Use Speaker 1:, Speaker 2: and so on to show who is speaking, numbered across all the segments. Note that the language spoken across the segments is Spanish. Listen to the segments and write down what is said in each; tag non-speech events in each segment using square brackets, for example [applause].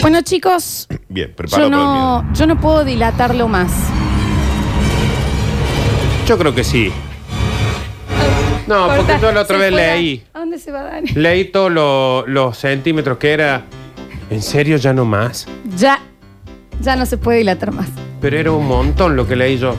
Speaker 1: Bueno, chicos,
Speaker 2: Bien, preparo
Speaker 1: yo
Speaker 2: para el
Speaker 1: no, yo no puedo dilatarlo más.
Speaker 3: Yo creo que sí. No, porque
Speaker 1: Corta,
Speaker 3: yo la otra
Speaker 1: se
Speaker 3: vez
Speaker 1: fue Dan-
Speaker 3: leí.
Speaker 1: ¿A dónde se va Dani?
Speaker 3: Leí todos lo- los centímetros que era. En serio, ya no más.
Speaker 1: Ya, ya no se puede dilatar más.
Speaker 3: Pero era un montón lo que leí yo.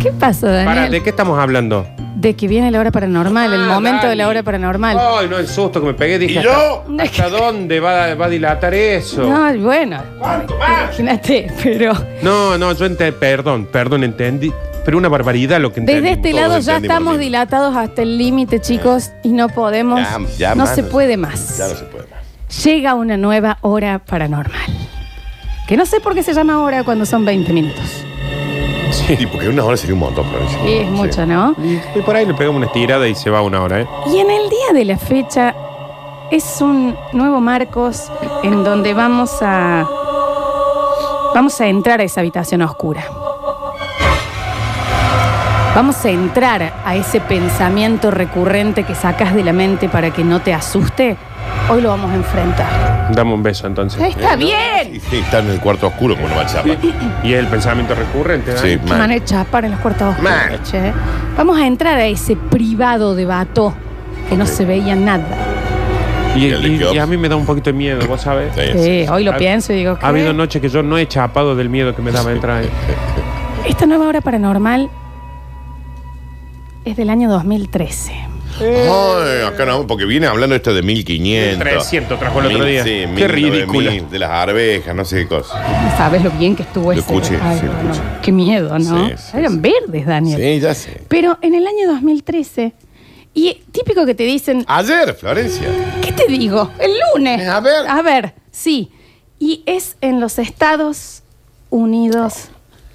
Speaker 1: ¿Qué pasa, Daniel?
Speaker 3: Para, ¿de qué estamos hablando?
Speaker 1: De que viene la hora paranormal, el
Speaker 3: Ah,
Speaker 1: momento de la
Speaker 3: Dani. Oh,
Speaker 1: hora paranormal.
Speaker 3: Ay, no, el susto que me pegué. Dije,
Speaker 2: ¿Y
Speaker 3: ¿hasta-
Speaker 2: yo?
Speaker 1: [laughs]
Speaker 3: ¿hasta, dónde va, va a dilatar eso?
Speaker 1: No, y bueno,
Speaker 2: ¿Cuánto más?
Speaker 1: imagínate, pero
Speaker 3: No, no, yo entendí, perdón, perdón, entendí. Pero una barbaridad lo que entendí.
Speaker 1: desde este
Speaker 2: todos
Speaker 1: lado ya
Speaker 2: entendimos
Speaker 1: estamos
Speaker 2: bien.
Speaker 1: dilatados hasta el límite, chicos, y no podemos,
Speaker 2: Ya- ya
Speaker 1: no
Speaker 2: más
Speaker 1: se
Speaker 2: no se-
Speaker 1: puede más.
Speaker 2: Ya no se puede más.
Speaker 1: Llega una nueva hora paranormal. Que no sé por qué se llama hora cuando son 20 minutos. este-
Speaker 2: Y porque una hora sería un montón, Florencia.
Speaker 1: Y es mucho, ¿no?
Speaker 3: Y, y por ahí le pegamos una estirada y se va una hora, ¿eh?
Speaker 1: Y en el día de la fecha es un nuevo Marcos en donde vamos a vamos a entrar a esa habitación oscura. Vamos a entrar a ese pensamiento recurrente que sacas de la mente para que no te asuste. Hoy lo vamos a enfrentar.
Speaker 3: Dame un beso entonces.
Speaker 1: Está
Speaker 2: Sí,
Speaker 1: bien.
Speaker 2: sí, está en el cuarto oscuro como una bachapa.
Speaker 3: Y es el pensamiento recurrente, ¿eh?
Speaker 2: Sí,
Speaker 1: Qué manera
Speaker 2: man.
Speaker 1: de chapar en los cuartos
Speaker 2: Man.
Speaker 1: oscuros, che. Vamos a entrar a ese privado de vato que no
Speaker 2: Ok.
Speaker 1: se veía nada.
Speaker 3: Y,
Speaker 2: Y el de
Speaker 3: y-
Speaker 2: Jobs.
Speaker 3: y a mí me da un poquito de miedo, ¿vos sabés?
Speaker 2: Sí, sí.
Speaker 1: Sí, hoy lo
Speaker 3: Ha-
Speaker 1: pienso y digo que.
Speaker 3: Ha habido noches que yo no he chapado del miedo que me daba entrar ahí.
Speaker 1: Esta nueva hora paranormal es del año 2013.
Speaker 2: Ay, acá no, porque viene hablando esto de 1500.
Speaker 3: 300 trajo el otro
Speaker 2: Mil-
Speaker 3: día.
Speaker 2: Sí,
Speaker 3: Qué
Speaker 2: 1900,
Speaker 3: ridícula.
Speaker 2: De las arvejas, no sé qué cosa.
Speaker 1: ¿Sabes lo bien que estuvo
Speaker 2: Lo
Speaker 1: ese?
Speaker 2: escuché, sí, lo
Speaker 1: bueno,
Speaker 2: escuché.
Speaker 1: Qué miedo, ¿no?
Speaker 2: Sí, sí,
Speaker 1: Eran
Speaker 2: sí.
Speaker 1: verdes, Daniel.
Speaker 2: Sí, ya sé.
Speaker 1: Pero en el año 2013, y típico que te dicen,
Speaker 2: Ayer, Florencia.
Speaker 1: ¿qué te digo? El lunes.
Speaker 2: A ver.
Speaker 1: A ver, sí. Y es en los Estados Unidos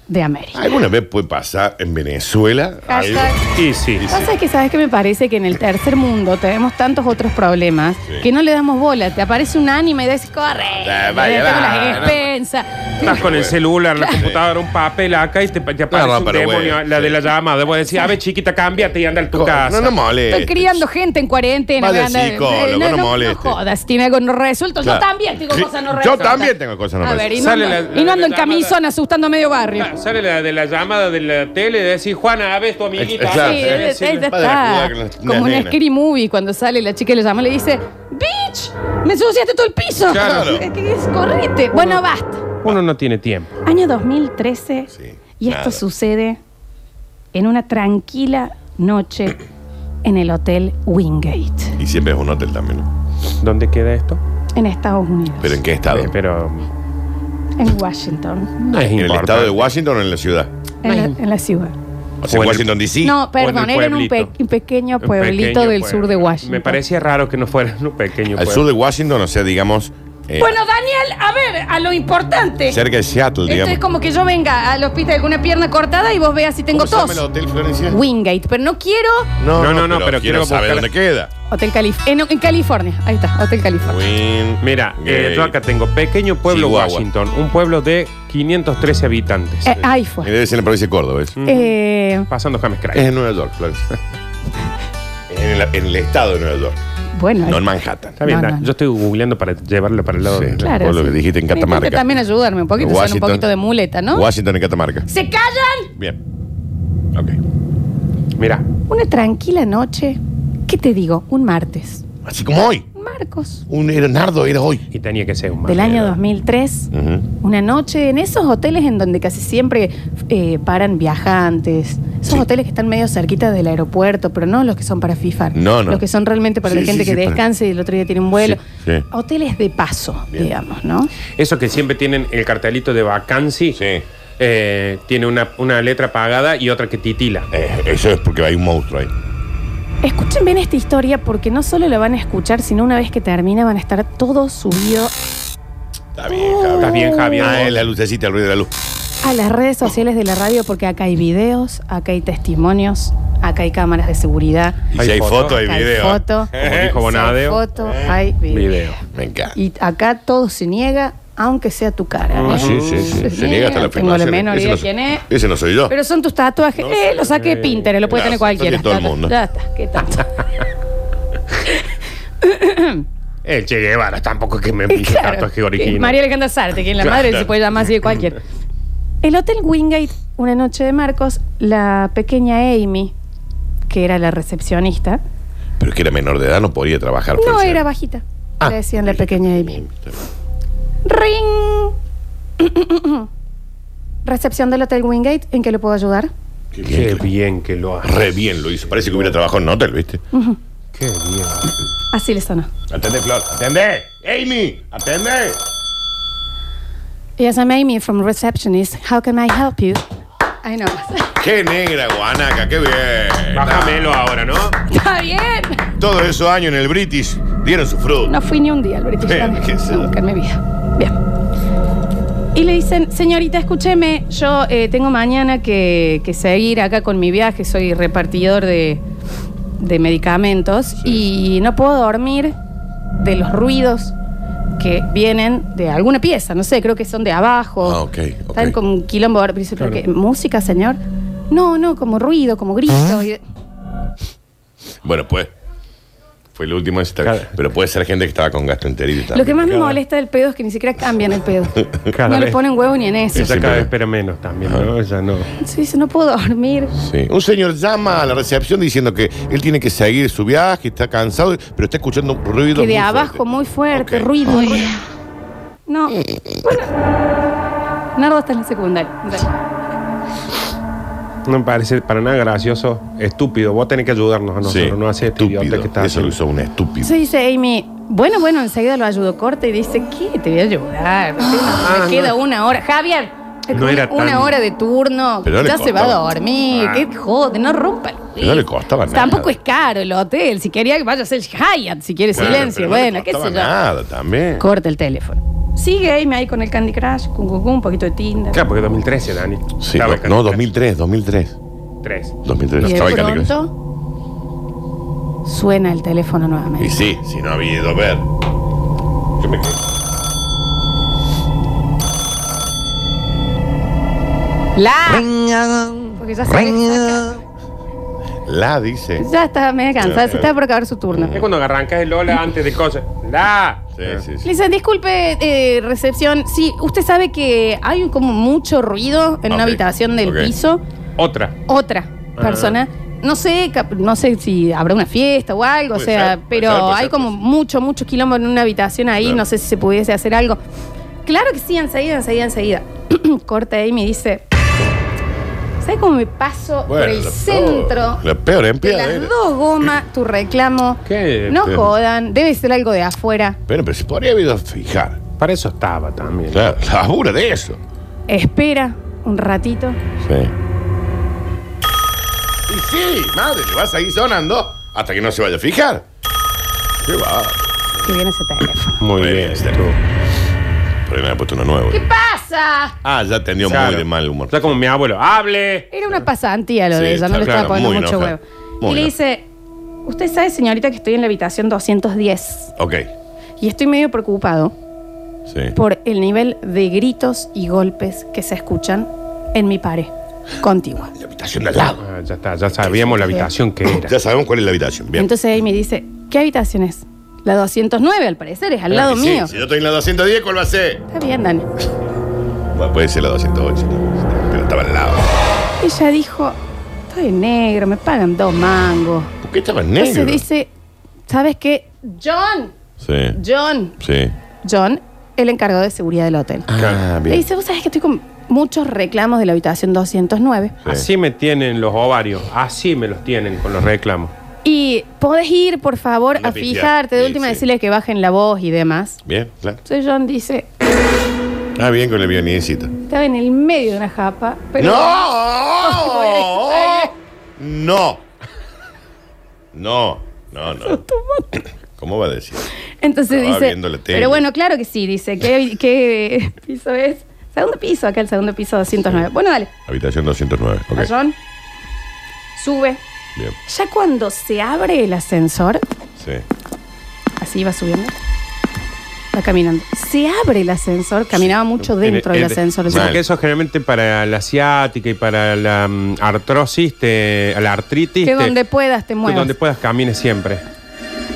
Speaker 1: de América.
Speaker 2: ¿Alguna vez puede pasar en Venezuela? algo?
Speaker 1: Hashtag
Speaker 3: Y sí.
Speaker 2: Y sí.
Speaker 1: Pasa que sabes que me parece que en el tercer mundo tenemos tantos otros problemas
Speaker 2: Sí.
Speaker 1: que no le damos bola. Te aparece un ánima y dices, corre,
Speaker 2: Ya,
Speaker 1: tengo
Speaker 2: vaya,
Speaker 1: las
Speaker 2: va, no.
Speaker 1: expensas.
Speaker 3: Estás con el celular, la
Speaker 2: Sí.
Speaker 3: computadora, un papel acá y te, te aparece
Speaker 2: Ah,
Speaker 3: un
Speaker 2: pero
Speaker 3: demonio,
Speaker 2: bueno,
Speaker 3: la de
Speaker 2: sí.
Speaker 3: la llamada. Vos decís, a ver, chiquita, cámbiate y anda a tu casa.
Speaker 2: No, no molestes.
Speaker 1: Estoy criando gente en cuarentena.
Speaker 2: Vaya
Speaker 1: anda-
Speaker 2: psicólogo,
Speaker 1: eh,
Speaker 2: no
Speaker 1: no,
Speaker 2: moleste.
Speaker 1: jodas, tiene algo no resuelto.
Speaker 2: Claro.
Speaker 1: Yo también tengo
Speaker 2: Sí,
Speaker 1: cosas no
Speaker 2: yo
Speaker 1: resueltas.
Speaker 2: también tengo cosas no
Speaker 1: A ver, y no,
Speaker 3: resueltas.
Speaker 1: ando-
Speaker 3: Sale la- la-
Speaker 1: y no ando en
Speaker 3: la- la-
Speaker 1: camisón asustando a medio barrio.
Speaker 3: Ah, Sale la de la llamada de la tele y decís, Juana, a ver tu amiguita.
Speaker 2: Es- claro,
Speaker 1: Sí,
Speaker 2: sí,
Speaker 1: él-
Speaker 2: sí,
Speaker 1: él ya
Speaker 2: padre
Speaker 1: está.
Speaker 2: jugar con las-
Speaker 1: Como
Speaker 2: las
Speaker 1: un
Speaker 2: nenas.
Speaker 1: scary movie cuando sale la chica y le llama y le dice, ¡Bitch! ¡Me ensuciaste todo el piso!
Speaker 2: Claro.
Speaker 1: ¿Qué- qué es? Correte. Bueno, basta.
Speaker 3: Uno no tiene tiempo.
Speaker 1: Año 2013
Speaker 2: Sí,
Speaker 1: y esto
Speaker 2: nada.
Speaker 1: sucede en una tranquila noche en el Hotel Wingate,
Speaker 2: Y siempre es un hotel también. ¿no?
Speaker 3: ¿Dónde queda esto?
Speaker 1: en Estados Unidos,
Speaker 2: ¿Pero en qué estado?
Speaker 3: Eh, pero
Speaker 1: en Washington,
Speaker 3: no es
Speaker 2: ¿En el estado
Speaker 3: importante.
Speaker 2: de Washington o en la ciudad?
Speaker 1: en la,
Speaker 3: Ay.
Speaker 1: en la ciudad.
Speaker 2: O sea, en
Speaker 3: O en-
Speaker 2: Washington DC.
Speaker 1: No,
Speaker 3: O en el
Speaker 1: perdón, era en un, pe-
Speaker 3: pueblito.
Speaker 1: un pequeño
Speaker 3: Un
Speaker 1: pueblito
Speaker 3: pequeño
Speaker 1: del
Speaker 3: pueblo.
Speaker 1: sur de Washington.
Speaker 3: Me parecía raro que no fuera un pequeño
Speaker 2: Al
Speaker 3: pueblo.
Speaker 2: sur de Washington, o sea, digamos. eh,
Speaker 1: Bueno, Daniel, a ver, a lo importante.
Speaker 2: cerca de Seattle,
Speaker 1: Esto
Speaker 2: digamos.
Speaker 1: es como que yo venga al hospital con una pierna cortada y vos veas si tengo
Speaker 2: ¿Cómo se llama
Speaker 1: tos.
Speaker 2: el hotel, Florencia?
Speaker 1: Wingate, pero no quiero
Speaker 2: No, no, no, pero, quiero,
Speaker 3: quiero
Speaker 2: saber
Speaker 3: buscar-
Speaker 2: dónde queda.
Speaker 1: Hotel California. En, en California, ahí está, Hotel California.
Speaker 2: Win-
Speaker 3: Mira, eh,
Speaker 2: Gate.
Speaker 3: yo acá tengo pequeño pueblo
Speaker 2: Chihuahua.
Speaker 3: Washington, un pueblo de 513 habitantes.
Speaker 1: Eh, ahí
Speaker 2: Y
Speaker 1: fue.
Speaker 2: Debe ser en la provincia de Córdoba, ¿ves?
Speaker 1: Eh,
Speaker 3: Pasando James Craig.
Speaker 2: Es en Nueva York, Florencia. [laughs] en, el, en el estado de Nueva York,
Speaker 1: bueno,
Speaker 2: no en Manhattan.
Speaker 3: Está bien,
Speaker 1: No,
Speaker 3: da-
Speaker 1: no, no.
Speaker 3: yo estoy googleando para llevarlo para el lado
Speaker 2: Sí.
Speaker 3: de...
Speaker 1: Claro.
Speaker 2: Vos lo que dijiste en Catamarca.
Speaker 1: Intente también ayudarme un poquito, son un
Speaker 2: Washington.
Speaker 1: poquito de muleta, ¿no?
Speaker 2: Washington en Catamarca.
Speaker 1: ¡Se callan!
Speaker 2: Bien. Ok.
Speaker 3: Mira,
Speaker 1: Una tranquila noche. ¿Qué te digo? Un martes.
Speaker 2: Así como hoy.
Speaker 1: Marcos.
Speaker 2: Un era Nardo, era hoy.
Speaker 3: y tenía que ser un
Speaker 1: Del
Speaker 3: mar.
Speaker 1: año 2003.
Speaker 2: Ujú.
Speaker 1: Una noche en esos hoteles en donde casi siempre eh, paran viajantes. Esos
Speaker 2: Sí.
Speaker 1: hoteles que están medio cerquita del aeropuerto, pero no los que son para FIFA.
Speaker 2: No, no.
Speaker 1: Los que son realmente para la
Speaker 2: Sí,
Speaker 1: gente
Speaker 2: sí,
Speaker 1: que
Speaker 2: sí, para-
Speaker 1: descanse y el otro día tiene un vuelo.
Speaker 2: Sí, sí.
Speaker 1: Hoteles de paso,
Speaker 2: Bien.
Speaker 1: digamos, ¿no?
Speaker 3: Eso que siempre tienen el cartelito de vacancy.
Speaker 2: Sí.
Speaker 3: eh, tiene una, una letra apagada y otra que titila.
Speaker 2: Eh, eso es porque hay un monstruo ahí.
Speaker 1: Escuchen bien esta historia porque no solo la van a escuchar, sino una vez que termina van a estar todos subidos
Speaker 2: Está bien,
Speaker 1: Uh.
Speaker 2: Javier.
Speaker 3: Estás bien, Javier.
Speaker 2: Ah, es la lucecita, el ruido de la luz.
Speaker 1: a las redes sociales de la radio porque acá hay videos, acá hay testimonios, acá hay cámaras de seguridad,
Speaker 2: Y
Speaker 3: Hay
Speaker 2: si hay
Speaker 3: foto.
Speaker 2: foto, hay
Speaker 1: acá hay
Speaker 2: video. ¿eh?
Speaker 1: foto,
Speaker 3: Como dijo
Speaker 1: si hay
Speaker 3: Bonadeo.
Speaker 1: foto, hay video.
Speaker 3: Video.
Speaker 2: Me encanta.
Speaker 1: Y acá todo se niega, aunque sea tu cara. ¿eh?
Speaker 2: Ah, sí, sí, sí. Se
Speaker 1: niega,
Speaker 2: niega hasta la
Speaker 1: Tengo la
Speaker 2: filmación.
Speaker 1: menor
Speaker 2: Ese
Speaker 1: idea
Speaker 2: no soy-
Speaker 1: quién es.
Speaker 2: Ese no soy yo.
Speaker 1: Pero son tus tatuajes.
Speaker 2: No
Speaker 1: eh,
Speaker 2: sé.
Speaker 1: lo saqué de Pinterest, lo puede
Speaker 2: Gracias, [laughs]
Speaker 1: tener cualquiera.
Speaker 2: lo tiene todo el
Speaker 1: Ya
Speaker 2: mundo.
Speaker 1: está, ya está, ¿qué tanto?
Speaker 3: El Che Guevara tampoco es
Speaker 1: [laughs]
Speaker 3: que me pise
Speaker 1: Claro,
Speaker 3: tatuaje
Speaker 1: que
Speaker 3: original.
Speaker 1: María Alejandra Sarte, que en la
Speaker 3: Claro.
Speaker 1: madre se puede llamar así de cualquier. El Hotel Wingate, una noche de Marcos, la pequeña Amy, que era la recepcionista,
Speaker 2: Pero es que era menor de edad, no podía trabajar.
Speaker 1: no
Speaker 2: Francia.
Speaker 1: era bajita.
Speaker 3: Ah.
Speaker 1: le decían la pequeña Amy. Ring. [coughs] Recepción del Hotel Wingate, ¿en qué le puedo ayudar?
Speaker 3: Qué bien, que lo hace.
Speaker 2: Re bien lo hizo. Parece que hubiera trabajado en un hotel, ¿viste?
Speaker 3: Qué bien.
Speaker 1: Así le sonó.
Speaker 2: Atende, Flor. Atende. Amy. Atende.
Speaker 1: Yes, I'm Amy from receptionist. How can I help you? Ay, no. [laughs]
Speaker 2: Qué negra, Guanaca. Qué bien. Ah.
Speaker 3: Bájamelo ahora, ¿no?
Speaker 1: Está bien.
Speaker 2: Todos esos años en el British dieron su fruto.
Speaker 1: No fui ni un día al British
Speaker 2: Bien,
Speaker 1: Museum.
Speaker 2: qué sad.
Speaker 1: Nunca en mi vida. Bien. Y le dicen, señorita, escúcheme, yo eh, tengo mañana que, que seguir acá con mi viaje, soy repartidor de, de medicamentos y no puedo dormir de los ruidos que vienen de alguna pieza, no sé, creo que son de abajo.
Speaker 2: Ah, ok, ok.
Speaker 1: Están como un quilombo. ahora, pero dice, ¿pero qué? ¿Música, señor? No, no, como ruido, como grito. y-
Speaker 2: Ah, Bueno, pues. Fue el último en estar-
Speaker 3: Claro.
Speaker 2: Pero puede ser gente que estaba con gastroenteritis
Speaker 1: Lo
Speaker 2: también.
Speaker 1: que más me
Speaker 3: cada-
Speaker 1: molesta del pedo es que ni siquiera cambian el
Speaker 2: [laughs]
Speaker 1: pedo.
Speaker 3: Cada
Speaker 1: no le
Speaker 3: vez.
Speaker 1: ponen huevo ni en eso.
Speaker 3: Ella
Speaker 2: Sí,
Speaker 3: cada
Speaker 2: pero-
Speaker 3: vez espera menos también, ¿no? Ella no.
Speaker 1: Sí, dice, no puedo dormir.
Speaker 2: Sí. Un señor llama a la recepción diciendo que él tiene que seguir su viaje, está cansado, pero está escuchando un ruido.
Speaker 1: Que de
Speaker 2: muy
Speaker 1: abajo
Speaker 2: fuerte.
Speaker 1: muy fuerte,
Speaker 2: Ok.
Speaker 1: ruido, ruido. No. Bueno. Nardo está en la secundaria. Dale.
Speaker 3: No me parece para nada gracioso. Estúpido. Vos tenés que ayudarnos a nosotros.
Speaker 2: Sí,
Speaker 3: No haces este
Speaker 2: estúpido.
Speaker 3: idiota que está.
Speaker 2: Eso lo hizo un estúpido.
Speaker 1: Entonces dice Amy, bueno, bueno, enseguida lo ayudo corta y dice, ¿qué? Te voy a
Speaker 2: Ah,
Speaker 1: ayudar. Me
Speaker 3: no.
Speaker 1: queda una hora. Javier,
Speaker 3: No
Speaker 1: una,
Speaker 3: era tan-
Speaker 1: una hora de turno.
Speaker 2: Pero no le
Speaker 1: ya se va a
Speaker 2: costaba.
Speaker 1: dormir.
Speaker 3: Ah.
Speaker 1: Qué jode, no rompa. el
Speaker 2: Pero no le costaba nada.
Speaker 1: Tampoco es caro el hotel. Si quería, vaya a ser Hyatt, si quiere silencio. Bueno, qué sé yo.
Speaker 2: Nada, también.
Speaker 1: Corta el teléfono. Sigue Amy ahí con el Candy Crush, con Goku, un poquito de Tinder.
Speaker 3: Claro, porque 2013, Dani.
Speaker 2: Sí,
Speaker 3: Claro,
Speaker 2: no,
Speaker 3: que-
Speaker 2: no, 2003, 2003.
Speaker 3: 2003.
Speaker 2: 2003.
Speaker 1: y de
Speaker 2: estaba el Candy Crush.
Speaker 1: pronto suena el teléfono
Speaker 2: Y
Speaker 1: nuevamente.
Speaker 2: sí, si no había ido a ver. Yo me quedé.
Speaker 1: La, porque ya sabe que saca.
Speaker 2: La dice.
Speaker 1: Ya está media cansada, se está por acabar su turno.
Speaker 2: Mm.
Speaker 3: Es cuando arrancas el Lola antes de cosas. ¡La! Ah,
Speaker 2: Sí, sí,
Speaker 1: Le
Speaker 2: sí.
Speaker 1: dice, disculpe, eh, recepción. Sí, usted sabe que hay como mucho ruido en
Speaker 2: Ok,
Speaker 1: una habitación del
Speaker 2: ok.
Speaker 1: piso.
Speaker 3: Otra.
Speaker 1: Otra
Speaker 3: Ah.
Speaker 1: persona. No sé, cap- no sé si habrá una fiesta o algo, o
Speaker 3: Pues
Speaker 2: Puede
Speaker 1: sea,
Speaker 2: ser, puede
Speaker 1: pero
Speaker 2: ser, puede
Speaker 1: hay
Speaker 2: ser,
Speaker 1: como
Speaker 2: puede ser.
Speaker 1: mucho, mucho quilombo en una habitación ahí,
Speaker 2: Claro.
Speaker 1: no sé si se pudiese hacer algo. Claro que sí, enseguida, enseguida, enseguida. [clears throat] Corta ahí y me dice, ¿sabes cómo me paso por el
Speaker 2: la
Speaker 1: centro?
Speaker 2: peor- La peor
Speaker 1: De
Speaker 2: empleada.
Speaker 1: las
Speaker 2: era.
Speaker 1: dos gomas, tu reclamo.
Speaker 3: ¿Qué?
Speaker 1: No
Speaker 2: Pero-
Speaker 1: jodan, debe ser algo de afuera.
Speaker 2: Bueno, pero si podría haber ido a fijar.
Speaker 3: Para eso estaba también.
Speaker 2: Claro, [laughs] labura de eso.
Speaker 1: Espera un ratito.
Speaker 2: Sí. Y sí, madre, le vas a ir sonando hasta que no se vaya a fijar. ¿Qué va?
Speaker 1: Que viene ese teléfono.
Speaker 3: Muy
Speaker 2: Muy
Speaker 3: bien.
Speaker 2: bien,
Speaker 3: tú.
Speaker 2: Por ahí me ha puesto uno nuevo.
Speaker 1: ¿Qué pasa?
Speaker 2: Ah, ya atendió
Speaker 3: Claro.
Speaker 2: muy de mal humor.
Speaker 3: Ya como mi abuelo. ¡Hable!
Speaker 1: Era una pasantía lo
Speaker 2: Sí,
Speaker 1: de ella, no
Speaker 2: está
Speaker 1: le
Speaker 2: claro,
Speaker 1: estaba poniendo
Speaker 2: muy
Speaker 1: mucho
Speaker 2: enojada.
Speaker 1: huevo.
Speaker 2: Muy
Speaker 1: y le dice, usted sabe, señorita, que estoy en la habitación 210
Speaker 2: Ok.
Speaker 1: y estoy medio preocupado
Speaker 2: Sí.
Speaker 1: por el nivel de gritos y golpes que se escuchan en mi pared contigua.
Speaker 2: La habitación de al lado.
Speaker 3: Ah, ya está, ya sabíamos la habitación que
Speaker 2: [laughs]
Speaker 3: era.
Speaker 2: Ya sabemos cuál es la habitación. Bien.
Speaker 1: Entonces ahí me dice, ¿qué habitación es? La 209, al parecer, es al
Speaker 2: Claro
Speaker 1: lado
Speaker 2: que sí,
Speaker 1: mío.
Speaker 2: Si yo estoy en la 210, ¿cuál va a ser?
Speaker 1: Está bien, Dani.
Speaker 2: Bueno, puede ser la 208, ¿no? pero estaba al lado.
Speaker 1: Ella dijo, estoy negro, me pagan dos mangos.
Speaker 2: ¿Por qué estaba en negro?
Speaker 1: Entonces dice, ¿sabes qué? John,
Speaker 2: Sí,
Speaker 1: John,
Speaker 2: sí.
Speaker 1: John, el encargado de seguridad del hotel.
Speaker 2: Ah,
Speaker 1: Le
Speaker 2: bien.
Speaker 1: dice, vos sabés que estoy con muchos reclamos de la habitación 209.
Speaker 3: Así me tienen los ovarios. Así me los tienen con los reclamos.
Speaker 1: Y podés ir, por favor,
Speaker 2: Anda
Speaker 1: a
Speaker 2: a pifiar.
Speaker 1: fijarte. De
Speaker 2: Sí,
Speaker 1: última,
Speaker 2: sí.
Speaker 1: decirles que bajen la voz y demás.
Speaker 2: Bien, claro.
Speaker 1: Entonces John dice,
Speaker 2: Ah, bien con el violincito.
Speaker 1: estaba en el medio de una japa. Pero [laughs]
Speaker 2: ¡No! ¡No! No, no, no. ¿Cómo va a decir?
Speaker 1: Entonces
Speaker 2: Estaba
Speaker 1: dice,
Speaker 2: viendo la tele.
Speaker 1: pero bueno, claro que sí, dice, ¿qué, qué piso es? Segundo piso, acá el segundo piso 209. Bueno, dale,
Speaker 2: Habitación 209. Ok.
Speaker 1: a John. Sube.
Speaker 2: Bien,
Speaker 1: Ya cuando se abre el ascensor,
Speaker 2: sí.
Speaker 1: Así iba subiendo. Va caminando. Se abre el ascensor. Caminaba mucho dentro
Speaker 3: En- e-
Speaker 1: del
Speaker 3: en-
Speaker 1: ascensor.
Speaker 3: sí,
Speaker 2: Mal.
Speaker 3: porque eso generalmente para la asiática y para la mm, artrosis, te- la artritis.
Speaker 1: Que
Speaker 3: te-
Speaker 1: donde puedas te
Speaker 3: que
Speaker 1: muevas.
Speaker 3: donde puedas camines siempre.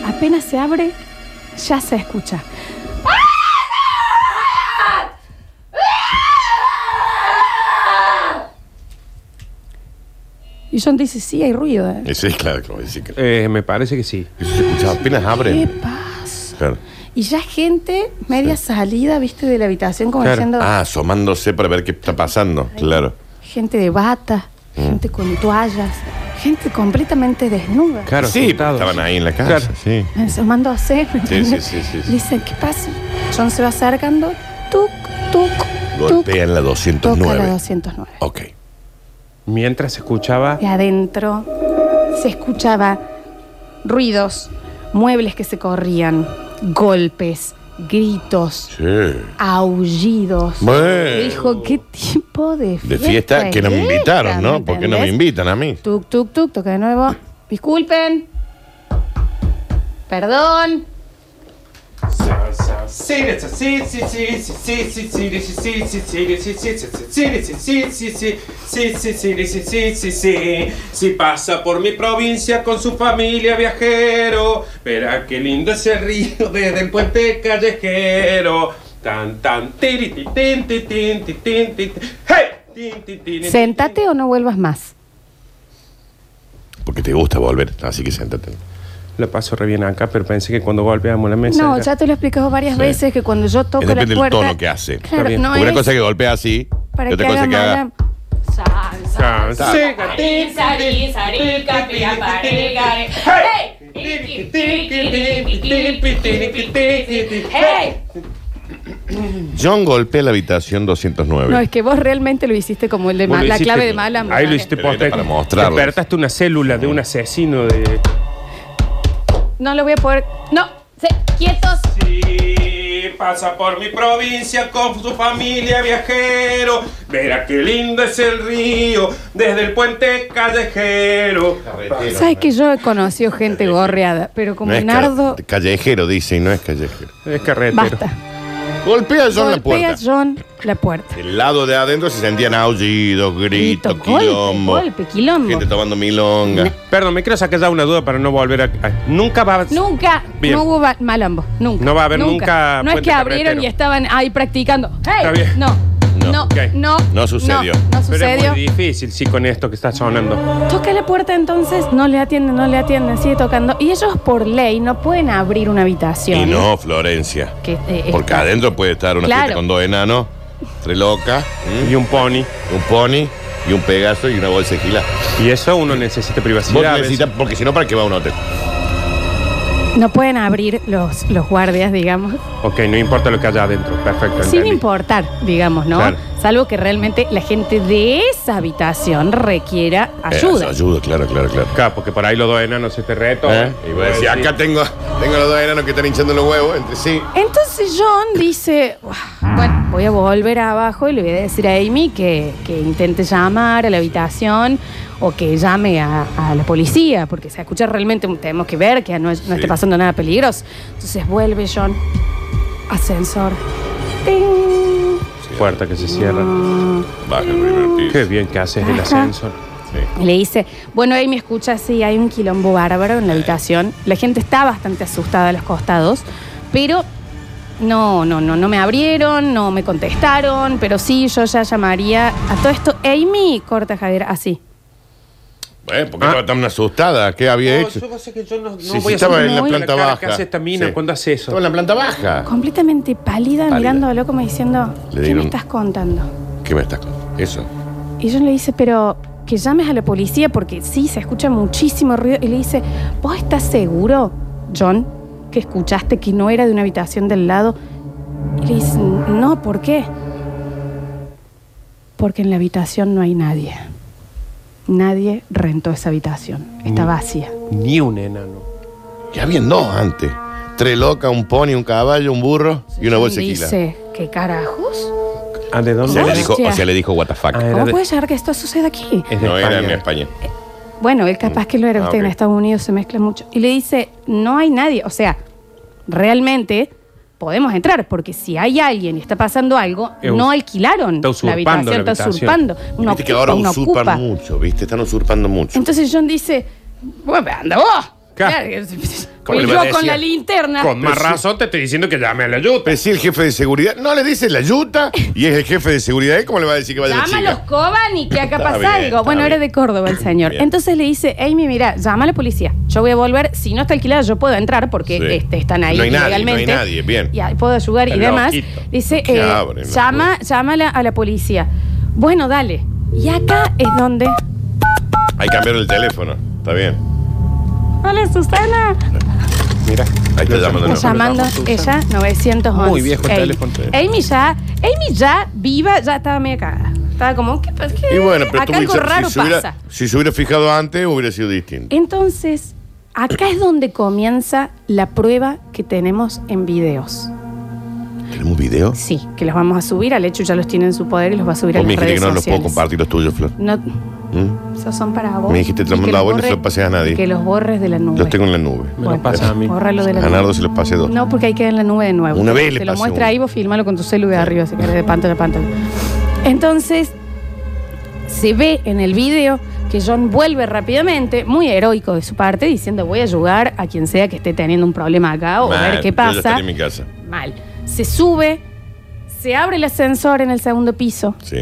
Speaker 1: Apenas se abre, Ya se escucha. Y John dice, sí, hay ruido. ¿eh?
Speaker 2: Eh, Sí, claro, como decir que.
Speaker 3: Eh, me parece que sí.
Speaker 2: Eso se escucha apenas
Speaker 1: ¿Qué
Speaker 2: abren.
Speaker 1: pasa?
Speaker 2: Claro.
Speaker 1: Y ya gente media salida, viste, de la habitación, como
Speaker 3: Claro.
Speaker 1: diciendo,
Speaker 2: Ah, asomándose para ver qué está pasando. Claro.
Speaker 1: gente de bata, gente con toallas, gente completamente desnuda.
Speaker 3: Claro,
Speaker 2: sí,
Speaker 3: sentados.
Speaker 2: estaban ahí en la casa.
Speaker 3: Claro.
Speaker 2: Sí.
Speaker 1: Asomándose. ¿me
Speaker 2: Sí,
Speaker 1: entendés?
Speaker 2: sí, sí, sí, sí.
Speaker 1: Le Dicen, ¿qué pasa? John se va acercando, tuc, tuc, tuc,
Speaker 2: Golpean
Speaker 1: toca la
Speaker 2: la 209.
Speaker 1: 209.
Speaker 2: Ok.
Speaker 3: Mientras se escuchaba.
Speaker 1: De adentro se escuchaba ruidos, muebles que se corrían, golpes, gritos,
Speaker 2: Sí.
Speaker 1: aullidos.
Speaker 2: Bueno.
Speaker 1: Dijo, ¿qué tipo de fiesta?
Speaker 2: De fiesta que no me
Speaker 1: es
Speaker 2: invitaron,
Speaker 1: esta?
Speaker 2: ¿no? ¿Por qué no me
Speaker 1: entendés?
Speaker 2: invitan a mí?
Speaker 1: Tuk, tuk, tuk, toca de nuevo. Disculpen. Perdón.
Speaker 4: Si pasa por mi provincia con su familia viajero, verá qué lindo es el río desde el puente callejero. Tan tan tiri ti, tin ti, tin ti, tin ti, ti. ¡Hey! Tin, ti, tin, ti,
Speaker 1: Séntate o no vuelvas más.
Speaker 2: Porque te gusta volver, así que siéntate.
Speaker 3: La paso re bien acá, pero pensé que cuando golpeamos la mesa.
Speaker 1: No,
Speaker 3: era-
Speaker 1: ya te lo he explicado varias
Speaker 2: Sí.
Speaker 1: veces que cuando yo toco la
Speaker 2: Depende del
Speaker 1: puerta...
Speaker 2: tono que hace.
Speaker 1: Claro,
Speaker 3: bien.
Speaker 1: no
Speaker 2: Porque una
Speaker 1: es
Speaker 2: cosa es que golpea así,
Speaker 1: para
Speaker 2: y otra
Speaker 1: que
Speaker 2: cosa es que
Speaker 1: haga
Speaker 2: haga.
Speaker 1: mala- Sal, sal,
Speaker 3: Ah, sí.
Speaker 4: Sega, tin,
Speaker 1: Sari, sari, capilla, pare, gare.
Speaker 4: Hey!
Speaker 1: Hey! Hey!
Speaker 2: John golpea la habitación 209.
Speaker 1: No, es que vos realmente lo hiciste como el de
Speaker 3: Vos
Speaker 1: Ma-
Speaker 3: lo
Speaker 1: la
Speaker 3: hiciste-
Speaker 1: clave de Malam.
Speaker 3: Ahí lo hiciste
Speaker 2: Pero era
Speaker 3: poste.
Speaker 2: para mostrarlo.
Speaker 3: Despertaste una célula de un asesino de.
Speaker 1: No lo voy a poder. No, se- quietos.
Speaker 4: Sí, pasa por mi provincia con su familia viajero. Verá qué lindo es el río desde el puente callejero.
Speaker 1: Sabes que yo he conocido gente gorreada, pero como
Speaker 2: No es ca-
Speaker 1: Nardo,
Speaker 2: callejero, dice, y no es callejero.
Speaker 3: Es carretero.
Speaker 1: basta.
Speaker 2: Golpea a John la
Speaker 1: Golpea
Speaker 2: puerta.
Speaker 1: John la puerta.
Speaker 2: Del lado de adentro se sentían aullidos, gritos,
Speaker 1: Grito, golpe,
Speaker 2: quilombo.
Speaker 1: golpe, quilombo.
Speaker 2: Gente tomando milonga.
Speaker 3: Perdón, me quiero sacar ya una duda para no volver a. a- nunca va a.
Speaker 1: Nunca,
Speaker 3: Bien.
Speaker 1: no hubo ba- malambo, nunca.
Speaker 3: No va a haber nunca
Speaker 1: No es que
Speaker 3: puente
Speaker 1: abrieron
Speaker 3: carretero.
Speaker 1: y estaban ahí practicando. ¡Hey!
Speaker 3: Está bien.
Speaker 1: No,
Speaker 2: No.
Speaker 1: no, no,
Speaker 2: Ok.
Speaker 1: no.
Speaker 2: No sucedió.
Speaker 1: No,
Speaker 3: Pero es
Speaker 1: sucedió. Mm.
Speaker 3: muy difícil, sí, con esto que está sonando.
Speaker 1: Toca la puerta entonces, no le atienden, no le atienden, sigue tocando. Y ellos por ley no pueden abrir una habitación.
Speaker 2: Y no, Florencia.
Speaker 1: Que, eh,
Speaker 2: Porque
Speaker 1: está-
Speaker 2: adentro puede estar una
Speaker 1: Claro.
Speaker 2: fiesta con dos enanos, tres locas, ¿m?
Speaker 3: Y un pony.
Speaker 2: un pony y un pegaso y una bolsa de gila.
Speaker 3: Y eso uno necesita
Speaker 2: Vos
Speaker 3: privacidad. a veces.
Speaker 2: necesitas, porque si no, ¿para qué va a un hotel?
Speaker 1: No pueden abrir los, los guardias, digamos,
Speaker 3: Ok, no importa lo que haya adentro. Perfecto.
Speaker 1: sin
Speaker 3: entendí.
Speaker 1: importar, digamos, ¿no?
Speaker 3: Claro.
Speaker 1: Salvo que realmente la gente de esa habitación requiera ayuda.
Speaker 2: Eh, ayuda, claro, claro, claro.
Speaker 3: Claro, porque por ahí los dos enanos se te reto.
Speaker 2: ¿Eh? Y vos decís, acá tengo, tengo los dos enanos que están hinchando los huevos entre sí.
Speaker 1: Entonces John dice, "Uah, bueno, voy a volver abajo y le voy a decir a Amy que, que intente llamar a la habitación o que llame a, a la policía, porque se escucha realmente, un- tenemos que ver que no, es- no
Speaker 2: Sí.
Speaker 1: esté pasando nada peligroso. Entonces vuelve John, ascensor, ¡ting!
Speaker 3: Puerta que se cierra.
Speaker 2: Baja el primer piso.
Speaker 3: Qué bien que haces el
Speaker 1: Ajá.
Speaker 3: ascensor.
Speaker 2: Sí.
Speaker 1: Y le dice, bueno, Amy, escucha, sí, hay un quilombo bárbaro en la
Speaker 2: Eh.
Speaker 1: habitación. La gente está bastante asustada a los costados, pero no, no, no, no me abrieron, no me contestaron, pero sí, yo ya llamaría a todo esto. Amy, corta Javier, así.
Speaker 2: Eh, ¿Por qué
Speaker 3: Ah.
Speaker 2: estaba tan asustada? ¿Qué había hecho?
Speaker 3: no,
Speaker 2: Sí, sí, estaba en la planta baja.
Speaker 3: ¿Qué hace esta mina
Speaker 2: Sí.
Speaker 3: cuando hace eso?
Speaker 2: Estaba en la planta baja.
Speaker 1: Completamente pálida,
Speaker 2: Pálida.
Speaker 1: mirándolo como diciendo,
Speaker 2: Le
Speaker 1: ¿qué me
Speaker 2: dieron-
Speaker 1: estás contando?
Speaker 2: ¿Qué me estás contando? Eso.
Speaker 1: Y yo le dice, pero que llames a la policía porque sí, se escucha muchísimo ruido. Y le dice, ¿vos estás seguro, John, que escuchaste que no era de una habitación del lado? Y le dice, no, ¿por qué? Porque en la habitación no hay nadie. Nadie rentó esa habitación. Está
Speaker 2: Mm.
Speaker 1: vacía.
Speaker 3: Ni un enano.
Speaker 2: Que habían dos antes. Tres locas, un pony, un caballo, un burro y una bolsa de gila.
Speaker 1: Dice, ¿qué carajos?
Speaker 3: ¿Ah, de
Speaker 2: O
Speaker 3: dónde?
Speaker 2: sea, le
Speaker 1: Hostia.
Speaker 2: dijo, o sea, le dijo what the fuck.
Speaker 3: Ah, era
Speaker 1: ¿Cómo
Speaker 3: de-
Speaker 1: puede llegar que esto suceda aquí?
Speaker 3: Es de
Speaker 2: no era en
Speaker 3: España.
Speaker 2: España.
Speaker 1: Eh, Bueno, él capaz
Speaker 3: Mm.
Speaker 1: que lo era,
Speaker 2: Ah,
Speaker 1: usted en
Speaker 2: ok.
Speaker 1: Estados Unidos se mezcla mucho. Y le dice, no hay nadie, o sea, realmente podemos entrar, porque si hay alguien y está pasando algo,
Speaker 3: Es
Speaker 1: no
Speaker 3: us-
Speaker 1: alquilaron
Speaker 3: está
Speaker 1: la
Speaker 3: usurpando
Speaker 1: habitación,
Speaker 3: la
Speaker 1: está
Speaker 3: habitación.
Speaker 1: usurpando. Uno
Speaker 2: Viste que ahora
Speaker 1: ocupa, uno
Speaker 2: usurpan
Speaker 1: ocupa.
Speaker 2: mucho, ¿viste? Están usurpando mucho.
Speaker 1: Entonces John dice, bueno, anda vos, Claro. [laughs]
Speaker 3: Como
Speaker 1: Y
Speaker 3: le
Speaker 1: yo
Speaker 3: decía,
Speaker 1: con la linterna.
Speaker 3: Con más
Speaker 2: Pero sí.
Speaker 3: razón te estoy diciendo que llame a la ayuda.
Speaker 2: Pero sí, el jefe de seguridad. No le dice la yuta y es el jefe de seguridad. ¿Y ¿Cómo le va a decir que vaya la
Speaker 1: Llama a los
Speaker 2: chica?
Speaker 1: Cobani, que acá
Speaker 2: Está
Speaker 1: pasa
Speaker 2: bien,
Speaker 1: algo.
Speaker 2: está
Speaker 1: Bueno, era
Speaker 2: bien.
Speaker 1: de Córdoba el señor.
Speaker 2: Bien.
Speaker 1: Entonces le dice, Amy, mira, llama a la policía. Yo voy a volver. Si no está alquilada, yo puedo entrar porque
Speaker 2: Sí.
Speaker 1: este, están ahí
Speaker 2: No hay nadie,
Speaker 1: ilegalmente.
Speaker 2: no hay nadie, bien.
Speaker 1: Y ahí puedo ayudar y
Speaker 3: El
Speaker 1: demás.
Speaker 3: loquito.
Speaker 1: Dice,
Speaker 2: Que
Speaker 1: eh,
Speaker 2: abren la
Speaker 1: llama,
Speaker 2: puerta.
Speaker 1: llámala a la policía. Bueno, dale. Y acá es donde...
Speaker 2: Hay que cambiar el teléfono. Está bien.
Speaker 1: Hola, Susana.
Speaker 3: Mira.
Speaker 2: Ahí está llamando.
Speaker 1: Está
Speaker 2: no.
Speaker 1: llamando ella 911.
Speaker 5: Muy viejo el
Speaker 1: Amy.
Speaker 5: teléfono. eh.
Speaker 1: Amy ya, Amy ya viva, ya estaba media cagada. Estaba como, ¿qué pasa?
Speaker 2: Y bueno, pero tú
Speaker 1: Eh, acá
Speaker 2: me
Speaker 1: algo
Speaker 2: dices,
Speaker 1: raro
Speaker 2: si, se hubiera,
Speaker 1: pasa.
Speaker 2: si se hubiera fijado antes, hubiera sido distinto.
Speaker 1: Entonces, acá es donde comienza la prueba que tenemos en videos.
Speaker 2: ¿Tenemos un video?
Speaker 1: Sí, que los vamos a subir. Al hecho ya los tiene en su poder y los va a subir a
Speaker 2: Vos me
Speaker 1: las redes
Speaker 2: dijiste que no los puedo
Speaker 1: sociales.
Speaker 2: compartir los tuyos, Flor.
Speaker 1: No,
Speaker 2: ¿Mm?
Speaker 1: esos son para vos.
Speaker 2: Me dijiste, te los
Speaker 1: Y que
Speaker 2: mando a vos y no
Speaker 1: borre-
Speaker 2: se los pases a nadie.
Speaker 1: Que los borres de la nube.
Speaker 2: Los tengo en la nube.
Speaker 1: Bueno,
Speaker 5: Me lo pasa a mí.
Speaker 1: bórralo de la
Speaker 2: A
Speaker 1: nube.
Speaker 2: Nardo se los pasé dos.
Speaker 1: No, porque hay que ir en la nube de nuevo.
Speaker 2: Una
Speaker 1: Te-
Speaker 2: vez le
Speaker 1: Te lo
Speaker 2: pasé
Speaker 1: muestra
Speaker 2: uno.
Speaker 1: ahí, vos filmalo con tu celu de arriba, si querés, de pantalla a pantalla. Entonces, se ve en el video que John vuelve rápidamente, muy heroico de su parte, diciendo voy a ayudar a quien sea que esté teniendo un problema acá o a
Speaker 2: Mal,
Speaker 1: ver qué
Speaker 2: yo ya
Speaker 1: pasa.
Speaker 2: estaría en mi casa.
Speaker 1: Mal. Se sube, se abre el ascensor en el segundo piso,
Speaker 2: Sí.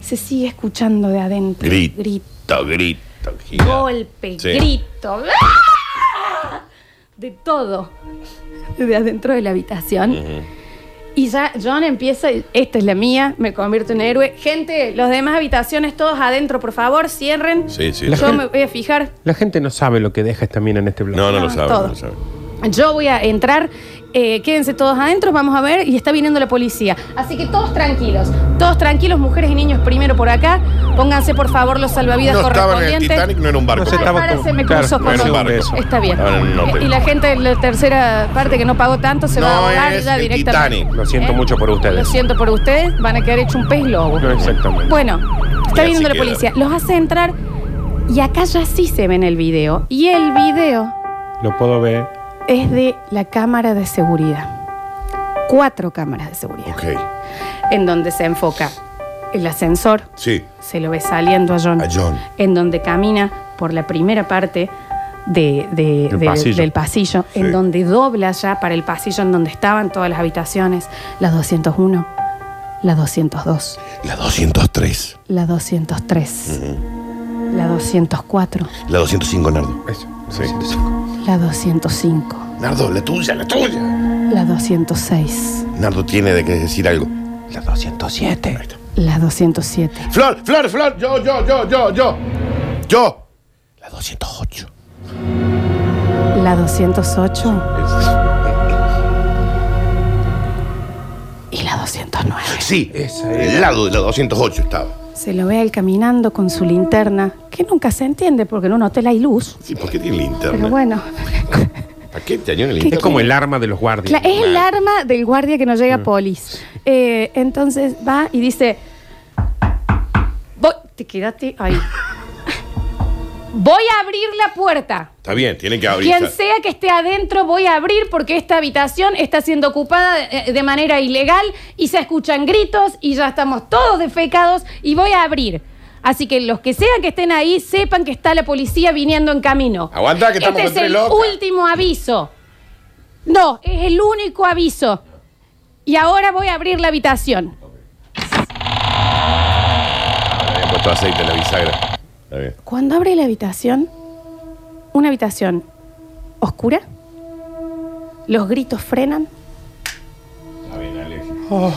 Speaker 1: se sigue escuchando de adentro.
Speaker 2: Grito.
Speaker 1: Grito
Speaker 2: Grito, grito, gira.
Speaker 1: golpe,
Speaker 2: Sí.
Speaker 1: grito, ¡ah! de todo, de adentro de la habitación. Y ya John empieza, y, esta es la mía, me convierto en héroe. Gente, los demás habitaciones, todos adentro, por favor, cierren.
Speaker 2: Sí, sí.
Speaker 3: La
Speaker 2: sí.
Speaker 1: Yo me voy a fijar.
Speaker 3: La gente no sabe lo que deja esta mina en este blog.
Speaker 2: No, no lo
Speaker 1: Ah,
Speaker 2: sabe,
Speaker 1: todo.
Speaker 2: no lo sabe.
Speaker 1: Yo voy a entrar, eh, quédense todos adentro, vamos a ver, y está viniendo la policía. Así que todos tranquilos, todos tranquilos, mujeres y niños primero por acá. Pónganse, por favor, los salvavidas
Speaker 2: No estaba en el
Speaker 1: correspondientes.
Speaker 2: Titanic, no era un barco.
Speaker 3: No se estaba-
Speaker 1: Ahora se me
Speaker 3: Claro,
Speaker 1: cruzó,
Speaker 2: bueno,
Speaker 1: perdón.
Speaker 2: un
Speaker 3: Eh.
Speaker 2: barco.
Speaker 1: Está bien. Eh,
Speaker 2: Ahora no, pero-
Speaker 1: y la gente de la tercera parte que no pagó tanto se va a
Speaker 2: No
Speaker 1: abogar
Speaker 2: es
Speaker 1: ya
Speaker 2: el
Speaker 1: directamente.
Speaker 2: Titanic.
Speaker 3: Lo siento
Speaker 1: ¿Eh?
Speaker 3: mucho por
Speaker 1: Lo
Speaker 3: ustedes.
Speaker 1: siento por ustedes, van a quedar hecho un pez lobo.
Speaker 3: No, exactamente.
Speaker 1: Bueno,
Speaker 2: Y
Speaker 1: está
Speaker 2: así
Speaker 1: viniendo la
Speaker 2: queda.
Speaker 1: policía. Los hace entrar y acá ya sí se ve en el video. Y el video
Speaker 3: Lo puedo ver.
Speaker 1: es de la cámara de seguridad. Cuatro cámaras de seguridad.
Speaker 2: Ok,
Speaker 1: En donde se enfoca el ascensor,
Speaker 2: sí.
Speaker 1: se lo ve saliendo a John.
Speaker 2: A John.
Speaker 1: En donde camina por la primera parte de- de-
Speaker 3: Del
Speaker 1: de-
Speaker 3: pasillo.
Speaker 1: del pasillo,
Speaker 2: Sí.
Speaker 1: en donde dobla ya para el pasillo en donde estaban todas las habitaciones, la 201, la 202,
Speaker 2: La 203.
Speaker 1: la 203, la 204,
Speaker 2: La 205, Nardo.
Speaker 3: Eso.
Speaker 2: Sí.
Speaker 1: la 205,
Speaker 2: Nardo, la tuya, la tuya.
Speaker 1: la 206,
Speaker 2: Nardo tiene de que decir algo. La 207.
Speaker 1: la 207,
Speaker 2: Flor, Flor, Flor, yo, yo, yo, yo, yo. Yo. La 208.
Speaker 1: la 208 y la 209.
Speaker 2: Sí,
Speaker 3: Esa era.
Speaker 2: el lado de la 208 estaba.
Speaker 1: Se lo ve a él caminando con su linterna, que nunca se entiende porque en un hotel hay luz.
Speaker 2: Sí, ¿por qué tiene linterna?
Speaker 1: Pero bueno,
Speaker 2: ¿Para qué te añonan
Speaker 3: Es
Speaker 2: linterna?
Speaker 3: como el arma de los guardias.
Speaker 1: Cla- es el arma del guardia que no llega a polis. Eh, entonces va y dice, voy, te quedaste ahí. [laughs] Voy a abrir la puerta.
Speaker 2: Está bien, tiene que abrir.
Speaker 1: Quien
Speaker 2: está-
Speaker 1: sea que esté adentro, voy a abrir porque esta habitación está siendo ocupada eh, de manera ilegal y se escuchan gritos y ya estamos todos defecados y voy a abrir. Así que los que sean que estén ahí, sepan que está la policía viniendo en camino.
Speaker 2: Aguantá, que estamos
Speaker 1: Este
Speaker 2: con
Speaker 1: es
Speaker 2: tres
Speaker 1: el
Speaker 2: locas.
Speaker 1: último aviso. No, es el único aviso. Y ahora voy a abrir la habitación.
Speaker 2: Le habían puesto aceite en la bisagra. Está bien.
Speaker 1: Cuando abre la habitación, una habitación oscura, los gritos frenan.
Speaker 2: Está bien, Alex.
Speaker 3: Oh,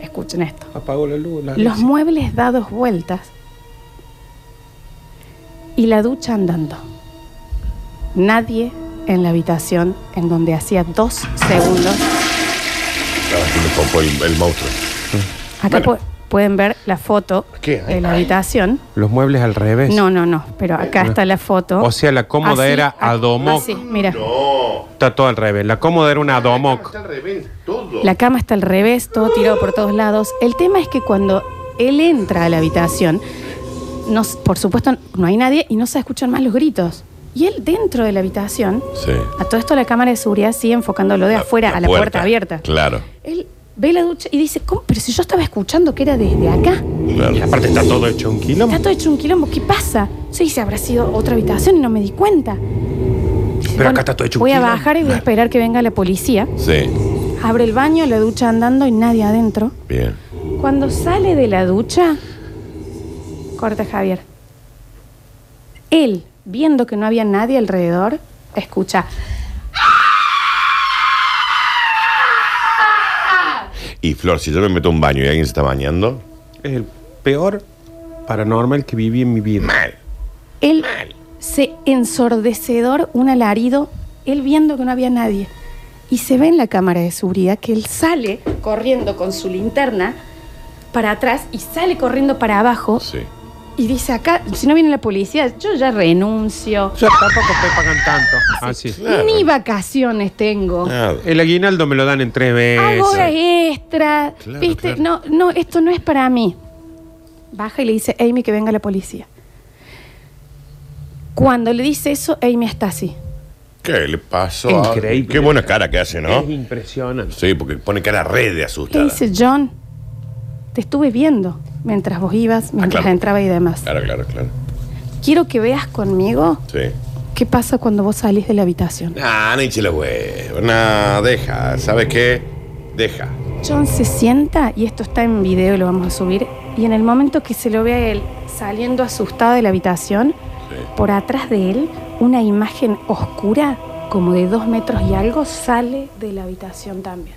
Speaker 1: Escuchen esto.
Speaker 3: apagó la luz. la
Speaker 1: Los
Speaker 3: luz.
Speaker 1: muebles dados vueltas y la ducha andando. Nadie en la habitación en donde hacía dos segundos.
Speaker 2: Estaba haciendo popó el, el monstruo.
Speaker 1: Acá pu- pueden ver la foto
Speaker 2: ¿Qué?
Speaker 1: de la habitación.
Speaker 3: Los muebles al revés.
Speaker 1: No, no, no, pero acá está la foto.
Speaker 3: O sea, la cómoda
Speaker 1: Así,
Speaker 3: era
Speaker 1: a-
Speaker 3: Adomoc.
Speaker 1: así, mira.
Speaker 2: No.
Speaker 3: Está todo al revés. La cómoda era una Adomoc.
Speaker 2: Está al revés todo.
Speaker 1: La cama está al revés, todo tirado por todos lados. El tema es que cuando él entra a la habitación, no s- por supuesto no hay nadie y no se escuchan más los gritos. Y él dentro de la habitación,
Speaker 2: Sí.
Speaker 1: a todo esto la cámara de seguridad sigue enfocándolo de afuera a la puerta, abierta.
Speaker 2: Claro.
Speaker 1: Él ve la ducha y dice, ¿cómo? Pero si yo estaba escuchando que era desde acá.
Speaker 3: Y
Speaker 2: claro.
Speaker 3: aparte está todo hecho un
Speaker 1: Está
Speaker 3: kilómetro.
Speaker 1: todo hecho un quilombo, ¿qué pasa? Yo dice, habrá sido otra habitación y no me di cuenta. Dice,
Speaker 3: Pero
Speaker 1: bueno,
Speaker 3: acá está todo hecho un
Speaker 1: Voy a
Speaker 3: quilombo.
Speaker 1: bajar y voy a esperar que venga la policía.
Speaker 2: Sí,
Speaker 1: Abre el baño, la ducha andando y nadie adentro.
Speaker 2: bien.
Speaker 1: Cuando sale de la ducha, corta Javier. Él, viendo que no había nadie alrededor, escucha.
Speaker 2: Y Flor, si yo me meto a un baño y alguien se está bañando,
Speaker 3: Es el peor paranormal que viví en mi vida.
Speaker 1: Él se ensordecedor, un alarido, él viendo que no había nadie. Y se ve en la cámara de seguridad que él sale corriendo con su linterna para atrás y sale corriendo para abajo
Speaker 2: sí.
Speaker 1: y dice acá, si no viene la policía, yo ya renuncio.
Speaker 3: Yo tampoco me pagan tanto. Ah, sí.
Speaker 2: Claro.
Speaker 1: Ni vacaciones tengo.
Speaker 2: Nada.
Speaker 3: El aguinaldo me lo dan en tres
Speaker 1: Hago horas
Speaker 3: veces.
Speaker 1: extra.
Speaker 2: Claro,
Speaker 1: ¿Viste?
Speaker 2: claro.
Speaker 1: No, no, esto no es para mí. Baja y le dice Amy que venga la policía. Cuando le dice eso, Amy está así.
Speaker 2: ¿Qué le pasó?
Speaker 3: Increíble.
Speaker 2: Qué buena cara que hace,
Speaker 3: Es
Speaker 2: ¿no?
Speaker 3: impresionante.
Speaker 2: Sí, porque pone cara red de
Speaker 1: Le
Speaker 2: asustada.
Speaker 1: dice, John, te estuve viendo mientras vos ibas, mientras
Speaker 2: Ah, claro.
Speaker 1: entraba y demás.
Speaker 2: Claro, claro, claro.
Speaker 1: Quiero que veas conmigo
Speaker 2: Sí.
Speaker 1: qué pasa cuando vos salís de la habitación.
Speaker 2: Nah, no hinche los huevos. Nah, deja. ¿Sabes qué? Deja.
Speaker 1: John se sienta, y esto está en video y lo vamos a subir, y en el momento que se lo ve a él saliendo asustado de la habitación,
Speaker 2: Sí.
Speaker 1: por atrás de él una imagen oscura, como de dos metros y algo, sale de la habitación también.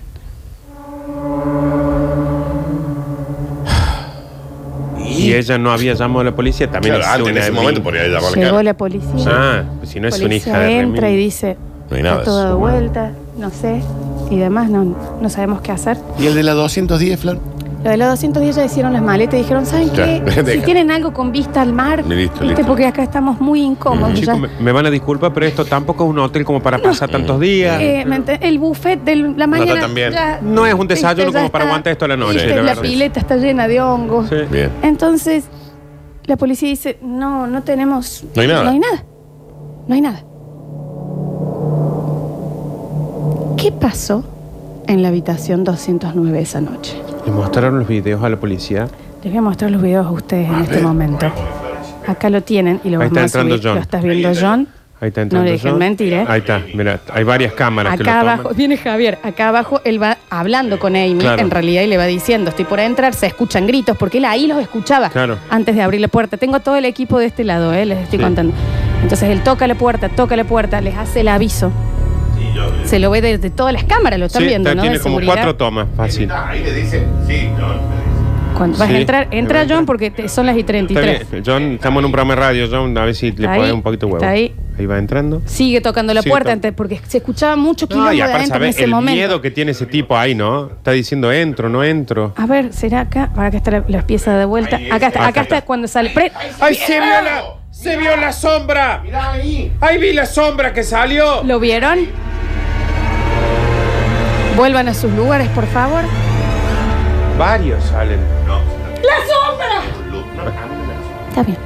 Speaker 3: Y ella no había llamado a la policía, también
Speaker 2: Claro,
Speaker 3: es
Speaker 2: antes en
Speaker 3: una
Speaker 2: ese
Speaker 3: min-
Speaker 2: momento podría llamar
Speaker 1: Llegó
Speaker 2: cara.
Speaker 1: la policía,
Speaker 3: Ah, pues si no es una hija
Speaker 1: policía
Speaker 3: de
Speaker 1: entra y
Speaker 3: remil.
Speaker 1: dice,
Speaker 2: No hay nada
Speaker 1: está
Speaker 2: de
Speaker 1: todo
Speaker 2: eso.
Speaker 1: de vuelta, no sé, y demás, no, no sabemos qué hacer.
Speaker 2: ¿Y el de la 210, Flor?
Speaker 1: Lo de los 210 ya hicieron las maletas y dijeron, ¿saben qué?
Speaker 3: [laughs]
Speaker 2: Claro,
Speaker 1: si
Speaker 2: deja.
Speaker 1: tienen algo con vista al mar,
Speaker 2: Listo,
Speaker 1: ¿viste?
Speaker 2: listo.
Speaker 1: porque acá estamos muy incómodos. ya.
Speaker 3: Chicos, me, me van a disculpar, pero esto tampoco es un hotel como para pasar tantos días.
Speaker 1: Eh, ¿me entiendes? el buffet de la mañana.
Speaker 2: también.
Speaker 3: No es un desayuno
Speaker 1: viste, ya
Speaker 3: como para aguantar esto a la noche,
Speaker 1: viste, la
Speaker 2: la verdad.
Speaker 1: pileta está llena de hongos.
Speaker 3: Sí.
Speaker 2: Bien.
Speaker 1: Entonces, la policía dice, no, no tenemos...
Speaker 2: No hay nada.
Speaker 1: No hay nada. No hay nada. ¿Qué pasó en la habitación 209 esa noche?
Speaker 3: Le mostraron los videos a la policía.
Speaker 1: Les voy a mostrar los videos a ustedes en este momento. Acá lo tienen y lo
Speaker 3: Ahí
Speaker 1: vamos
Speaker 3: está
Speaker 1: a subir.
Speaker 3: entrando John.
Speaker 1: Lo estás viendo, John.
Speaker 3: Ahí está
Speaker 1: No
Speaker 3: entrando.
Speaker 1: le dejen
Speaker 3: yo.
Speaker 1: mentir, ¿eh?
Speaker 3: Ahí está, mira, hay varias cámaras que lo
Speaker 1: Acá
Speaker 3: toman.
Speaker 1: abajo, viene Javier, acá abajo él va hablando con Amy
Speaker 3: Claro.
Speaker 1: en realidad y le va diciendo, estoy por entrar, se escuchan gritos, porque él ahí los escuchaba
Speaker 3: Claro.
Speaker 1: antes de abrir la puerta. Tengo todo el equipo de este lado, ¿eh? les estoy
Speaker 3: Sí.
Speaker 1: contando. Entonces él toca la puerta, toca la puerta, les hace el aviso. Se lo ve desde todas las cámaras, lo están
Speaker 3: Sí,
Speaker 1: viendo,
Speaker 3: está-
Speaker 1: ¿no?
Speaker 3: tiene
Speaker 1: De
Speaker 3: como
Speaker 1: seguridad.
Speaker 3: cuatro tomas, fácil.
Speaker 2: Ahí le dice, sí, no.
Speaker 1: Cuando vas
Speaker 3: Sí,
Speaker 1: a entrar,
Speaker 3: ahí va a
Speaker 1: entra
Speaker 3: entrar.
Speaker 1: John porque te- son las y
Speaker 3: Está
Speaker 1: 33.
Speaker 3: bien, John, estamos en un programa de radio, John, a ver si le
Speaker 1: Está
Speaker 3: pones
Speaker 1: ahí,
Speaker 3: un poquito de huevo.
Speaker 1: está ahí.
Speaker 3: va entrando.
Speaker 1: Sigue tocando la
Speaker 3: Sigue
Speaker 1: puerta
Speaker 3: tocando.
Speaker 1: antes porque se escuchaba mucho quilombo
Speaker 3: No, y
Speaker 1: de
Speaker 3: aparte,
Speaker 1: adentro en
Speaker 3: ¿sabes?
Speaker 1: ese
Speaker 3: El
Speaker 1: momento.
Speaker 3: miedo que tiene ese tipo ahí, ¿no? Está diciendo, entro, no entro.
Speaker 1: A ver, ¿será acá? Para acá está la, la pieza de vuelta.
Speaker 2: Ahí
Speaker 1: acá está,
Speaker 2: está.
Speaker 1: acá está cuando sale. Pre-
Speaker 4: ¡Ay, se vio la, se vio la sombra!
Speaker 2: Mirá ahí.
Speaker 4: ¡Ahí vi la sombra que salió!
Speaker 1: ¿Lo vieron? Vuelvan a sus lugares, por favor.
Speaker 3: Varios salen.
Speaker 1: Está bien.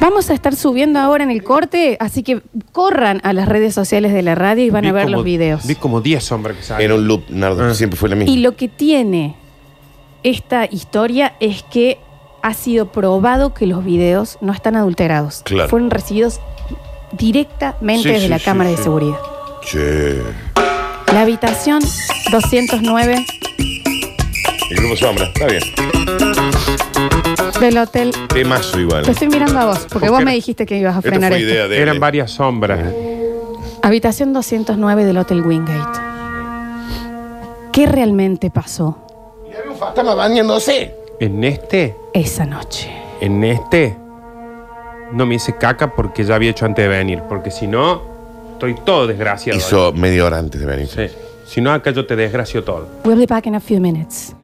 Speaker 1: Vamos a estar subiendo ahora en el corte, así que corran a las redes sociales de la radio y van
Speaker 3: Vi
Speaker 1: a ver
Speaker 3: como-
Speaker 1: los videos.
Speaker 3: Vi como 10 sombras que
Speaker 2: Era
Speaker 3: salen.
Speaker 2: un loop, Nardo.
Speaker 3: Ah.
Speaker 2: Siempre fue la
Speaker 1: Y
Speaker 2: misma.
Speaker 1: lo que tiene esta historia es que ha sido probado que los videos no están adulterados.
Speaker 2: Claro.
Speaker 1: Fueron recibidos directamente
Speaker 2: Sí,
Speaker 1: desde
Speaker 2: sí,
Speaker 1: la
Speaker 2: sí,
Speaker 1: cámara de
Speaker 3: sí.
Speaker 1: seguridad.
Speaker 2: Che.
Speaker 1: La habitación 209
Speaker 2: El grupo Sombra. Está bien.
Speaker 1: del hotel.
Speaker 2: Temazo igual.
Speaker 1: Te estoy mirando a vos, porque
Speaker 3: ¿Por
Speaker 1: vos
Speaker 3: qué
Speaker 1: me
Speaker 3: no?
Speaker 1: dijiste que ibas a
Speaker 2: Esto
Speaker 1: frenar
Speaker 2: fue
Speaker 1: esto.
Speaker 2: idea de él.
Speaker 3: Eran varias sombras.
Speaker 1: Habitación 209 del Hotel Wingate. ¿Qué realmente pasó
Speaker 2: Y había un fantasma bañándose.
Speaker 3: En este,
Speaker 1: esa noche?
Speaker 3: en este, no me hice caca porque ya había hecho antes de venir. Porque si no, estoy todo desgraciado.
Speaker 2: Hizo media hora antes de venir.
Speaker 3: Sí. Si no, acá yo te desgracio todo.
Speaker 1: We'll be back in a few minutes.